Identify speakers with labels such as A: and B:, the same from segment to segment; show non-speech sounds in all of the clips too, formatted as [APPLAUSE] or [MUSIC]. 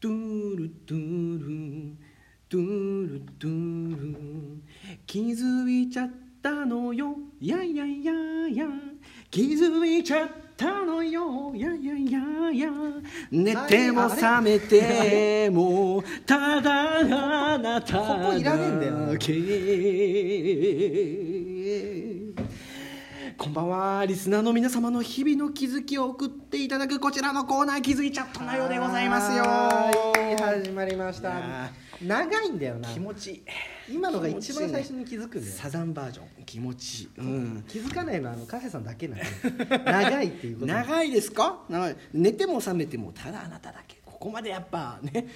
A: トゥルトゥルトゥルトゥル気づいちゃったのよやいやいやいや気づいちゃったのよやいやいやいや寝ても覚めてもただあなた
B: ここいらねえんだよな
A: だけこんばんはリスナーの皆様の日々の気づきを送っていただくこちらのコーナー気づいちゃったのようでございますよ
B: はい始まりました
A: あ
B: 長いんだよな
A: 気持ちいい
B: 今のが一番最初に気づくんだよ
A: サザンバージョン気持ちいい、うん、
B: 気づかないのはあのカフェさんだけなの
A: [LAUGHS]
B: 長いっていうこと
A: 長いですか長い寝ても覚めてもただあなただけここまでやっぱ [LAUGHS] ね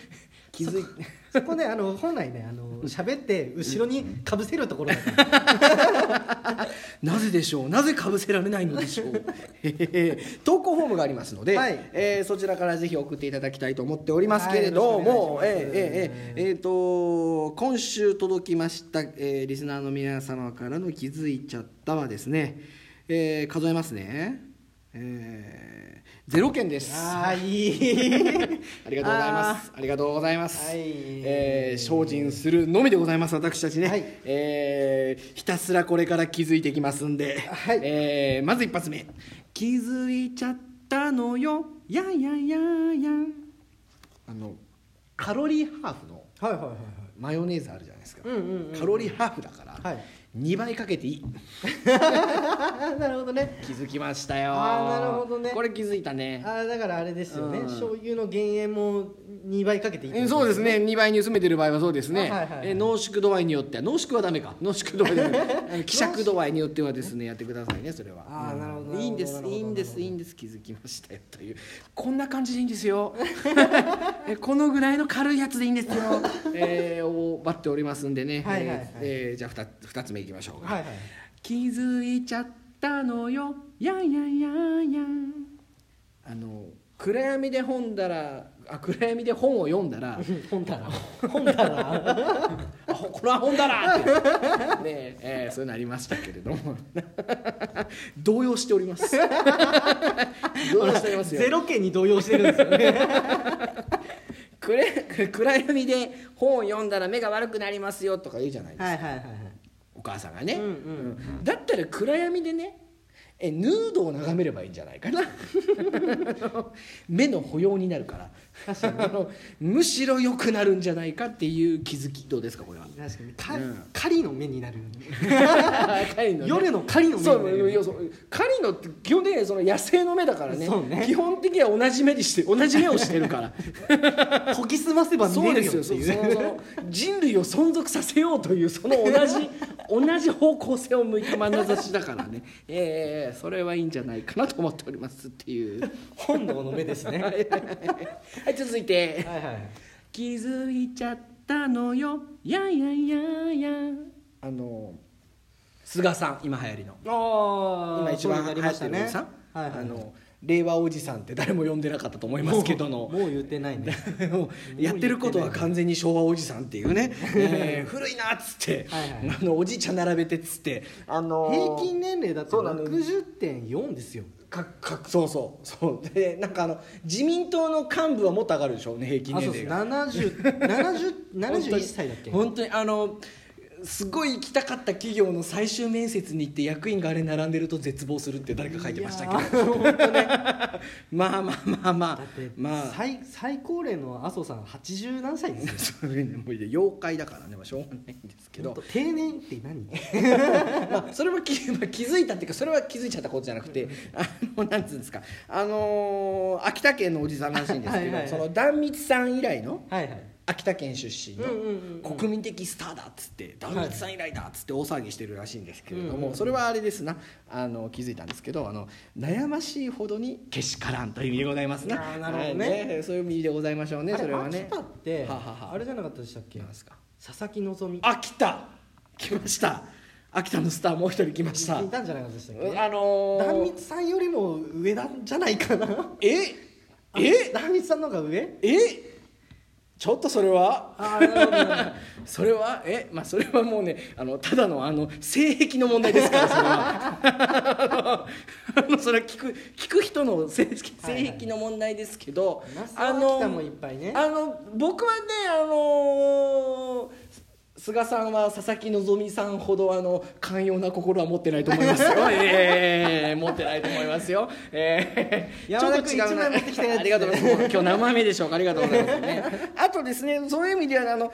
A: 気づい
B: そこねあの本来ねあの喋って後ろにかぶせるところだから
A: [LAUGHS] なぜでしょうなぜかぶせられないのでしょうへへへ [LAUGHS] 投稿フォームがありますので、
B: はい
A: えーそちらからぜひ送っていただきたいと思っておりますけれども、
B: はいよろしくお願いします
A: えーえーえーえーと今週届きました、えーリスナーの皆様からの気づいちゃったはですね、えー数えますね、えー、ゼロ件です
B: ああいい
A: [LAUGHS] ありがとうございます。ありがとうございます。
B: はい
A: えー精進するのみでございます。私たちね、
B: はい
A: えーひたすらこれから気づいていきますんで、
B: はい
A: えーまず一発目。気づいちゃったのよ。やいやいやいや。あのカロリーハーフの
B: はいはいはいはい
A: マヨネーズあるじゃないですか。
B: うんうんうん
A: カロリーハーフだから、
B: はい
A: 2倍かけていい。
B: あーなるほどね
A: 気づきましたよ。
B: あーなるほどね
A: これ気づいたね。
B: あーだからあれですよね、
A: うん
B: 醤油の減塩も2倍かけていいって
A: え
B: こ
A: ー
B: と
A: そうですね2倍に薄めてる場合はそうですね、
B: あはいはいはい
A: えー濃縮度合いによっては濃縮はダメか濃縮度合いであ
B: [LAUGHS]
A: の希釈度合いによってはですねやってくださいねそれは
B: あーなるほどなるほど
A: いいんです
B: なる
A: い
B: ほど
A: いんですいいんです気づきましたよというこんな感じでいいんです
B: [LAUGHS]
A: よえこのぐらいの軽いやつでいいんですよ、えー、を待っておりますんでね、
B: はいはいはい
A: えーえーじゃあ 2, 二つ目いきましょうか、
B: はいはい
A: 気づいちゃったのよやんやんやんやんあの暗闇で本だらあ暗闇で本を読んだら
B: 本棚 [LAUGHS] 本棚
A: あほこれは本だなってねええーそういうのありましたけれども動揺しております動揺しており [LAUGHS] ますよ
B: ゼロ件に動揺してるんですよね
A: 暗い暗闇で本を読んだら目が悪くなりますよとか言うじゃないですか、
B: [LAUGHS] はいはいはいはい
A: お母さんがね、
B: うんうん
A: うんだったら暗闇でねえヌードを眺めればいいんじゃないかなあの目の保養になるからあのむしろ良くなるんじゃないかっていう気づきどうですか
B: [LAUGHS]
A: これは
B: 確かにか、
A: うん
B: 狩りの目になるよね
A: 彼のね
B: 夜の狩りの目に
A: そ
B: な
A: う
B: るよね
A: よそう狩りのって基本的にはその野生の目だからね
B: そうね
A: 基本的には同じ目にして同じ目をしてるから
B: 研ぎ [LAUGHS] 澄ませば見
A: そう
B: れ
A: で
B: るよ
A: す
B: って
A: よ
B: いう
A: そうそのその人類を存続させようというその同
B: [LAUGHS]
A: じ同じ方向性を向いた眼差しだからねええそれはいいんじゃないかなと思っておりますっていう
B: 本能の目ですねはい
A: [LAUGHS] はい続いて
B: はい
A: 気づいちゃったのよやいやいやいやあの菅さん今流行りの
B: ああ
A: 今一番流行ってるおじさん、
B: はいはい、
A: あの令和おじさんって誰も呼んでなかったと思いますけど
B: も
A: [LAUGHS] の
B: うもう言ってないね
A: もうやってることは完全に昭和おじさんっていうね、えー古いなっつ [LAUGHS] って、
B: はいはい
A: あのおじいちゃん並べてっつってあの
B: 平均年齢だと
A: そうなの
B: 60.4ですよ
A: かかそうそうそうでなんかあの自民党の幹部はもっと上がるでしょうね平均
B: あ
A: 年
B: そうで
A: 齢
B: す
A: が
B: 70
A: [LAUGHS]
B: 70 71歳だっけ
A: 本当にあのすごい行きたかった企業の最終面接に行って役員があれ並んでると絶望するって誰か書いてましたけど
B: 本当ねだ
A: [LAUGHS] まあまあまあまあ
B: って、
A: まあ
B: 最最高齢の麻生さん80何歳ですよ
A: それねもう妖怪だからね、まあ、しょうがないんですけ
B: ほん
A: ど
B: と、定年って何
A: [LAUGHS]
B: [LAUGHS]
A: まあ、それは気,、まあ、気づいたっていうかそれは気づいちゃったことじゃなくてあのなんつうんですかあのー秋田県のおじさんらしいんですけど
B: はいはいはい
A: その壇蜜さん以来の
B: はいはい
A: 秋田県出身の
B: うんうんうんうん
A: 国民的スターだっつって壇蜜さん以来だっつって大騒ぎしてるらしいんですけれど
B: うんうんう
A: も
B: ん
A: それはあれですなあの気づいたんですけどあの悩ましいほどにけしからんという意味でございますな
B: あーなるほどね
A: はいそういう意味でございましょうね
B: あ
A: それ
B: れ
A: は
B: 秋
A: ね
B: 田って
A: ははは
B: あれじゃなかったでしたっけ
A: なんですか
B: 佐々木希
A: 秋田来ました秋田のスターもう一人来ました
B: いたんじゃないかったでしたっけ
A: あのー
B: 壇蜜さんよりも [LAUGHS] 上なんじゃないかな [LAUGHS]
A: ええ
B: 壇蜜さんの方が上
A: えちょっとそれは
B: あーなるほ [LAUGHS] どなるほ
A: それはえまあそれはもうねあのただのあの性癖の問題ですからそれは [LAUGHS] あのあのそれは聞く聞く人の性性
B: はいはい
A: 癖の問題ですけど、
B: ど那須は北もいっぱいね
A: あの僕はねあのー菅さんは佐々木希さんほどあの寛容な心は持ってないと思いますよ。 [LAUGHS] ええ持ってないと思いますよ。ええ
B: 山田君
A: ちょっと違うな
B: 一枚持ってきたやつ
A: ありがとうございます。今日生目でしょうか。ありがとうございます、ね。あとですね、そういう意味ではあの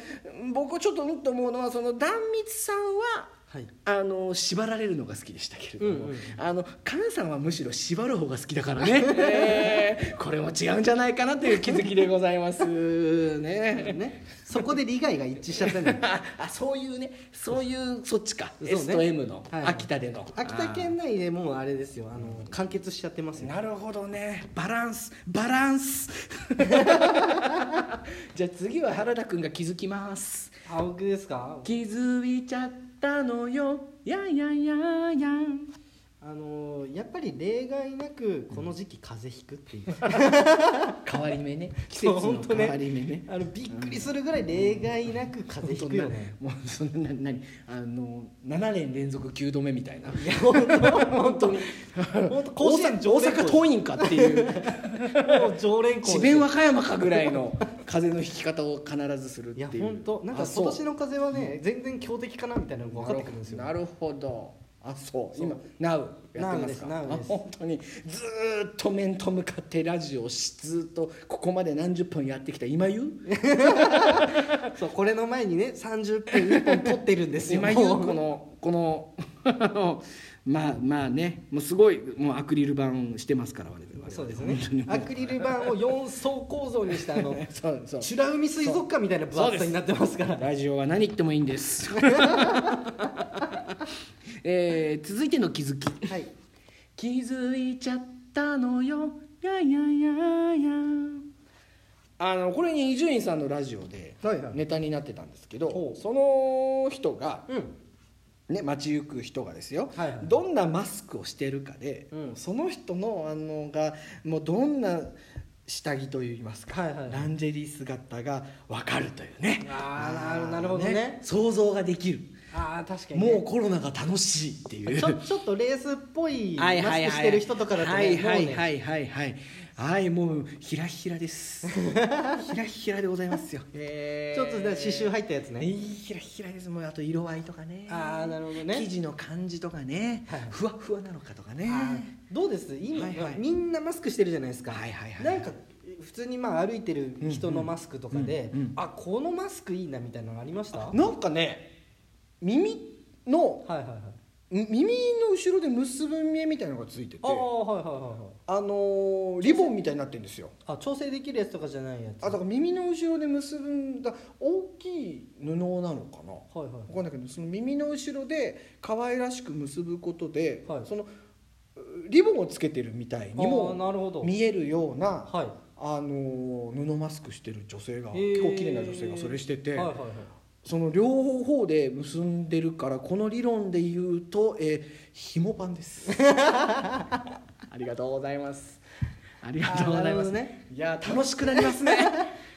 A: 僕ちょっとうんと思うのはその壇蜜さんは。
B: はい
A: あの縛られるのが好きでしたけれども、
B: うんうん
A: あの菅さんはむしろ縛る方が好きだからね、え [LAUGHS] ーこれも違うんじゃないかなという気づきでございますね。
B: [LAUGHS] ねそこで利害が一致しちゃったんだ [LAUGHS] よ
A: ああそういうねそういうそっちか、
B: そうね
A: S と M の、
B: はい
A: 秋田での
B: 秋田県内でもうあれですよあの完結しちゃってますよ
A: なるほどねバランスバランス [LAUGHS] じゃあ次は原田君が気づきます
B: あ僕ですか
A: 気づいちゃったのよやんやんやんやん
B: あのやっぱり例外なくこの時期風邪ひくっていう
A: 変わり目ね季節
B: [LAUGHS] そう
A: の
B: 本当ね
A: 変わり目ね
B: あのびっくりするぐらい例外なく風邪ひくよね。
A: もうそんな何あの7年連続9度目みたいな
B: [LAUGHS] 本
A: 本当に
B: 本当甲子園
A: 大阪
B: 常
A: 大
B: 連校
A: 阪桐蔭かって [LAUGHS] いう
B: 当もう常連校
A: 智弁和歌山かぐらいの風の引き方を必ずするっ
B: い
A: てい
B: や
A: う
B: 本当なんか
A: あそう
B: 今年の風はね全然強敵かなみたいなのが分かってくるんですよ。
A: なるほどあそう
B: そう
A: 今 NOW やってますか
B: Now です Now で
A: あ
B: す
A: 本当にずーっと面と向かってラジオをしずーっとここまで何十分やってきた今言う
B: そうこれの前にね30分1本取ってるんですよ。
A: 今言う
B: もう
A: このこの [LAUGHS] あのまあまあねもうすごいもうアクリル板してますから我々は
B: そうですね
A: 本当に。もう
B: アクリル板を4層構造にしたあ
A: [LAUGHS]
B: の
A: そうそう
B: 美ら海水族館みたいな分厚さになってますから。
A: ラジオは何言ってもいいんです、 [LAUGHS] えー続いての気づき
B: はい。
A: 気づいちゃったのよやいやいやいやあのこれに伊集院さんのラジオで
B: はいはい
A: ネタになってたんですけど
B: ほ
A: その人が
B: うん。
A: ね、街行く人がですよ、
B: はいはい
A: どんなマスクをしてるかで、
B: うん
A: その人のあのがもうどんな下着といいますか、
B: はいはい
A: ランジェリー姿が分かるというね
B: ああなるほどね。
A: 想像ができる、
B: ああ確かにね。
A: もうコロナが楽しいっていう [LAUGHS]
B: ちょちょっとレースっぽいマ
A: はい
B: スク
A: はいはい
B: してる人とかだとね、
A: はいはいは
B: もうね
A: いはいはいはいもうひらひらです
B: [LAUGHS]
A: ひらひらでございますよ
B: ちょっと刺繍
A: っ
B: 入ったやつ
A: て
B: ね、
A: ひらひらですもうあと色合いとかね
B: ああなるほどね
A: 生地の感じとかね、
B: はい
A: ふわふわなのかとかね
B: あーどうです今、
A: はいはい
B: みんなマスクしてるじゃないですか、
A: はいはいはい
B: なんか普通にまあ歩いてる人のマスクとかで、
A: うんうんうん
B: あこのマスクいいなみたいなのありましたはい
A: なんかね耳の
B: はいはい
A: み耳の後ろで結ぶ目みたいなのがついてて
B: ああはいはいはいはい
A: あのーリボンみたいになってるんですよ
B: あ調整できるやつとかじゃないやつ
A: あだから耳の後ろで結んだ大きい布なのかな
B: はいはい
A: 分かんないけどその耳の後ろで可愛らしく結ぶことで、
B: はい
A: そのうリボンをつけてるみたいに
B: あー
A: も
B: なるほど
A: 見えるような
B: はい
A: あのー布マスクしてる女性が
B: へー
A: 結構綺麗な女性がそれしてて、
B: はいはいはい
A: その両方で結んでるからこの理論で言うと、えー、ひもパンです
B: [LAUGHS]
A: ありがとうございますありがとうございます、
B: あーなるほどね
A: いやー楽しくなります
B: [LAUGHS]
A: ね、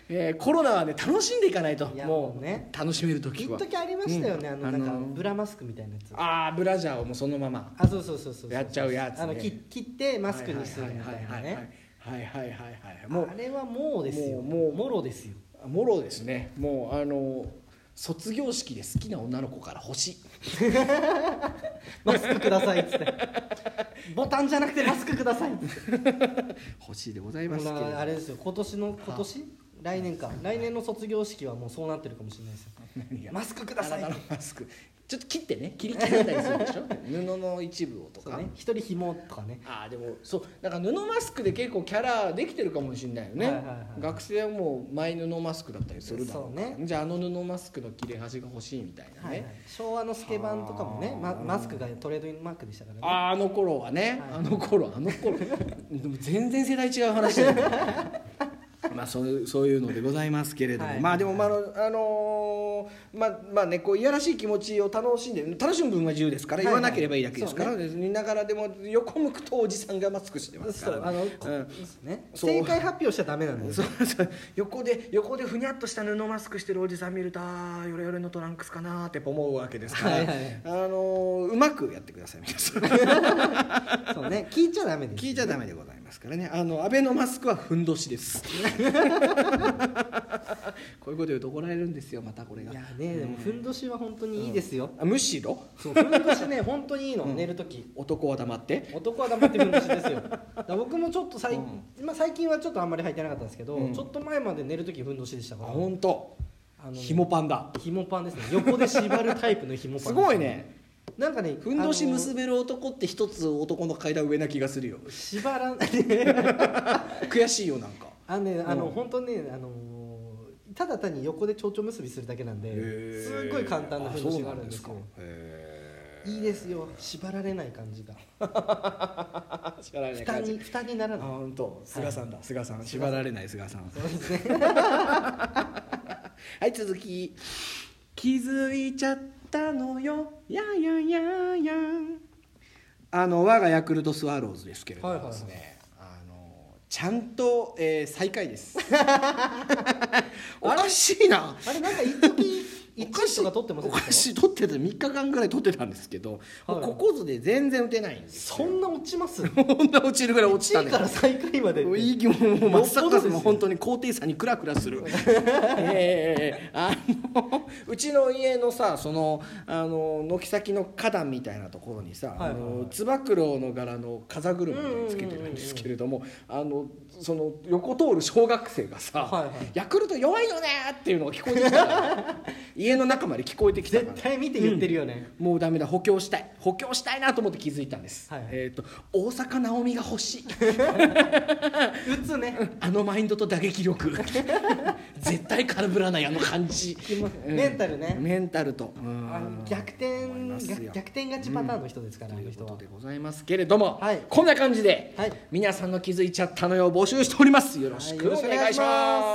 A: えー、コロナはね楽しんでいかないと
B: いや
A: も
B: も
A: う
B: うね
A: 楽しめる時
B: 一
A: は
B: 時ありましたよね、
A: うん
B: あのなんか、
A: あのー
B: ブラマスクみたいなやつ
A: ああブラジャーをもうそのまま
B: あそうそうそうそうそう
A: やっちゃうやつね
B: あの切切ってマスクにするみたいなね
A: はいはいはいはいはいはいはいはいも
B: もう
A: う
B: あれはもうです
A: もう
B: よ
A: もう
B: もろですよ
A: もろですねもうあの卒業式で好きな女の子から星
B: マスクくださいっつってボタンじゃなくてマスクくださいっつって
A: 星でございますけれども
B: あれですよ今年の今年来年か来年の卒業式はもうそうなってるかもしれないですよ
A: 何が
B: マスクください
A: あなたのマスクちょっと切ってね切り切れたりするでしょ布の一部をと
B: そう
A: か、
B: ね一人紐とかね
A: ああでもそうだから布マスクで結構キャラできてるかもしれないよね、
B: はいはいはい
A: 学生はもう前布マスクだったりするだろうから
B: そうね
A: じゃああの布マスクの切れ端が欲しいみたいな
B: は
A: ね、
B: いはい昭和のスケバンとかもね
A: は
B: ま
A: あ
B: マスクがトレードマークでしたからね
A: あーあの頃はね、
B: はい [LAUGHS]
A: あの頃あの頃でも全然世代違う話だよまあそうそういうのでございますけれども、
B: はい
A: まあでもまああのあのーまあまあねこういやらしい気持ちを楽しんで楽しむ分は自由ですから
B: はい
A: 言
B: は
A: わ
B: い
A: なければいいだけですから、見ながらでも横向くとおじさんがマスクしてますか
B: そう
A: ら
B: あの、こ
A: うん
B: ね、
A: そう
B: 正解発表しちゃダメなんで
A: そ
B: すよ
A: うそう横で横でふにゃっとした布マスクしてるおじさん見るとああヨレヨレのトランクスかなーってやっぱ思うわけですから、
B: はいはい
A: あのーうまくやってください皆さん
B: そうね聞いちゃダメです
A: 聞いちゃダメでございますからねあの安倍のマスクはふんどしです [LAUGHS] こういうこと言うと怒られるんですよまたこれが
B: いやねでもふんどしは本当にいいですよ、
A: あむしろ
B: そうふんどしね [LAUGHS] 本当にいいの、寝る時
A: 男は黙って
B: 男は頑張ってふんどしで
A: [LAUGHS]
B: すよだから僕もちょっと最,、まあ、最近はちょっとあんまり履いてなかったんですけど、
A: うん
B: ちょっと前まで寝る時ふんどしでした
A: あ
B: から
A: 本当
B: あのね
A: ひもパンだ
B: 紐パンですね横で縛るタイプの紐パン
A: すごいね
B: なんかね
A: ふんどし
B: あの
A: 結べる男って一つ男の階段上な気がするよ
B: 縛らん [LAUGHS]
A: 悔しいよなんか
B: あのねあの、
A: うん
B: 本当ねあのただ単に横で蝶々結びするだけなんですっごい簡単なふんどしがあるんですよいいですよ縛られない感じが
A: 縛られない
B: 蓋
A: 感
B: に
A: じ
B: 蓋になら
A: あ
B: ない
A: 本当菅さんだ菅さん縛られない菅さん
B: そうですね
A: はい続き気づいちゃったのよやんやんやんやんあの我がヤクルトスワローズですけれど
B: はいは
A: も
B: い
A: ですね、あのちゃんと、えー最下位です [LAUGHS] おかしいな
B: あれなんか
A: [LAUGHS]
B: 一時
A: お
B: 一
A: か
B: 位
A: しい
B: とか取ってません
A: おかしい取ってた3日間ぐらい取ってたんですけど、
B: は
A: も
B: い
A: うここぞで全然打てないんですよ
B: そんな落ちます
A: こんな [LAUGHS] 落ちるぐらい落ちた
B: 1位
A: ね
B: から最下位までって
A: いい気ももうまさ
B: よっぽ
A: か
B: どですよ
A: もう本当に高低差にクラクラ [LAUGHS] するええあのうちの家のさそのあの軒先の花壇みたいなところにさ
B: はい
A: あ
B: はいはい
A: のつば九郎の柄の風車みたいにつけてるんですけれどもあのその横通る小学生がさ「
B: はいはい
A: ヤクルト弱いよね!」っていうのが聞こえてきたから
B: [LAUGHS]
A: 家の中まで聞こえてきたから
B: 絶対見て言ってるよね、
A: もうダメだ補強したい補強したいなと思って気づいたんです、
B: はいはい
A: えっ、と大阪なおみが欲しい
B: 打つね
A: あのマインドと打撃
B: [LAUGHS]
A: 力絶対空振らないあの感じうん
B: メンタルね
A: メンタルとうん
B: あの逆転
A: 思いますよ
B: 逆逆転勝ちパターンの人ですから、
A: と
B: あ
A: い
B: の
A: う
B: 人
A: こ
B: は
A: とでございますけれども、
B: はい
A: こんな感じで、
B: はい
A: 皆さんの気づいちゃったのよを募集しておりますよろしくお願いします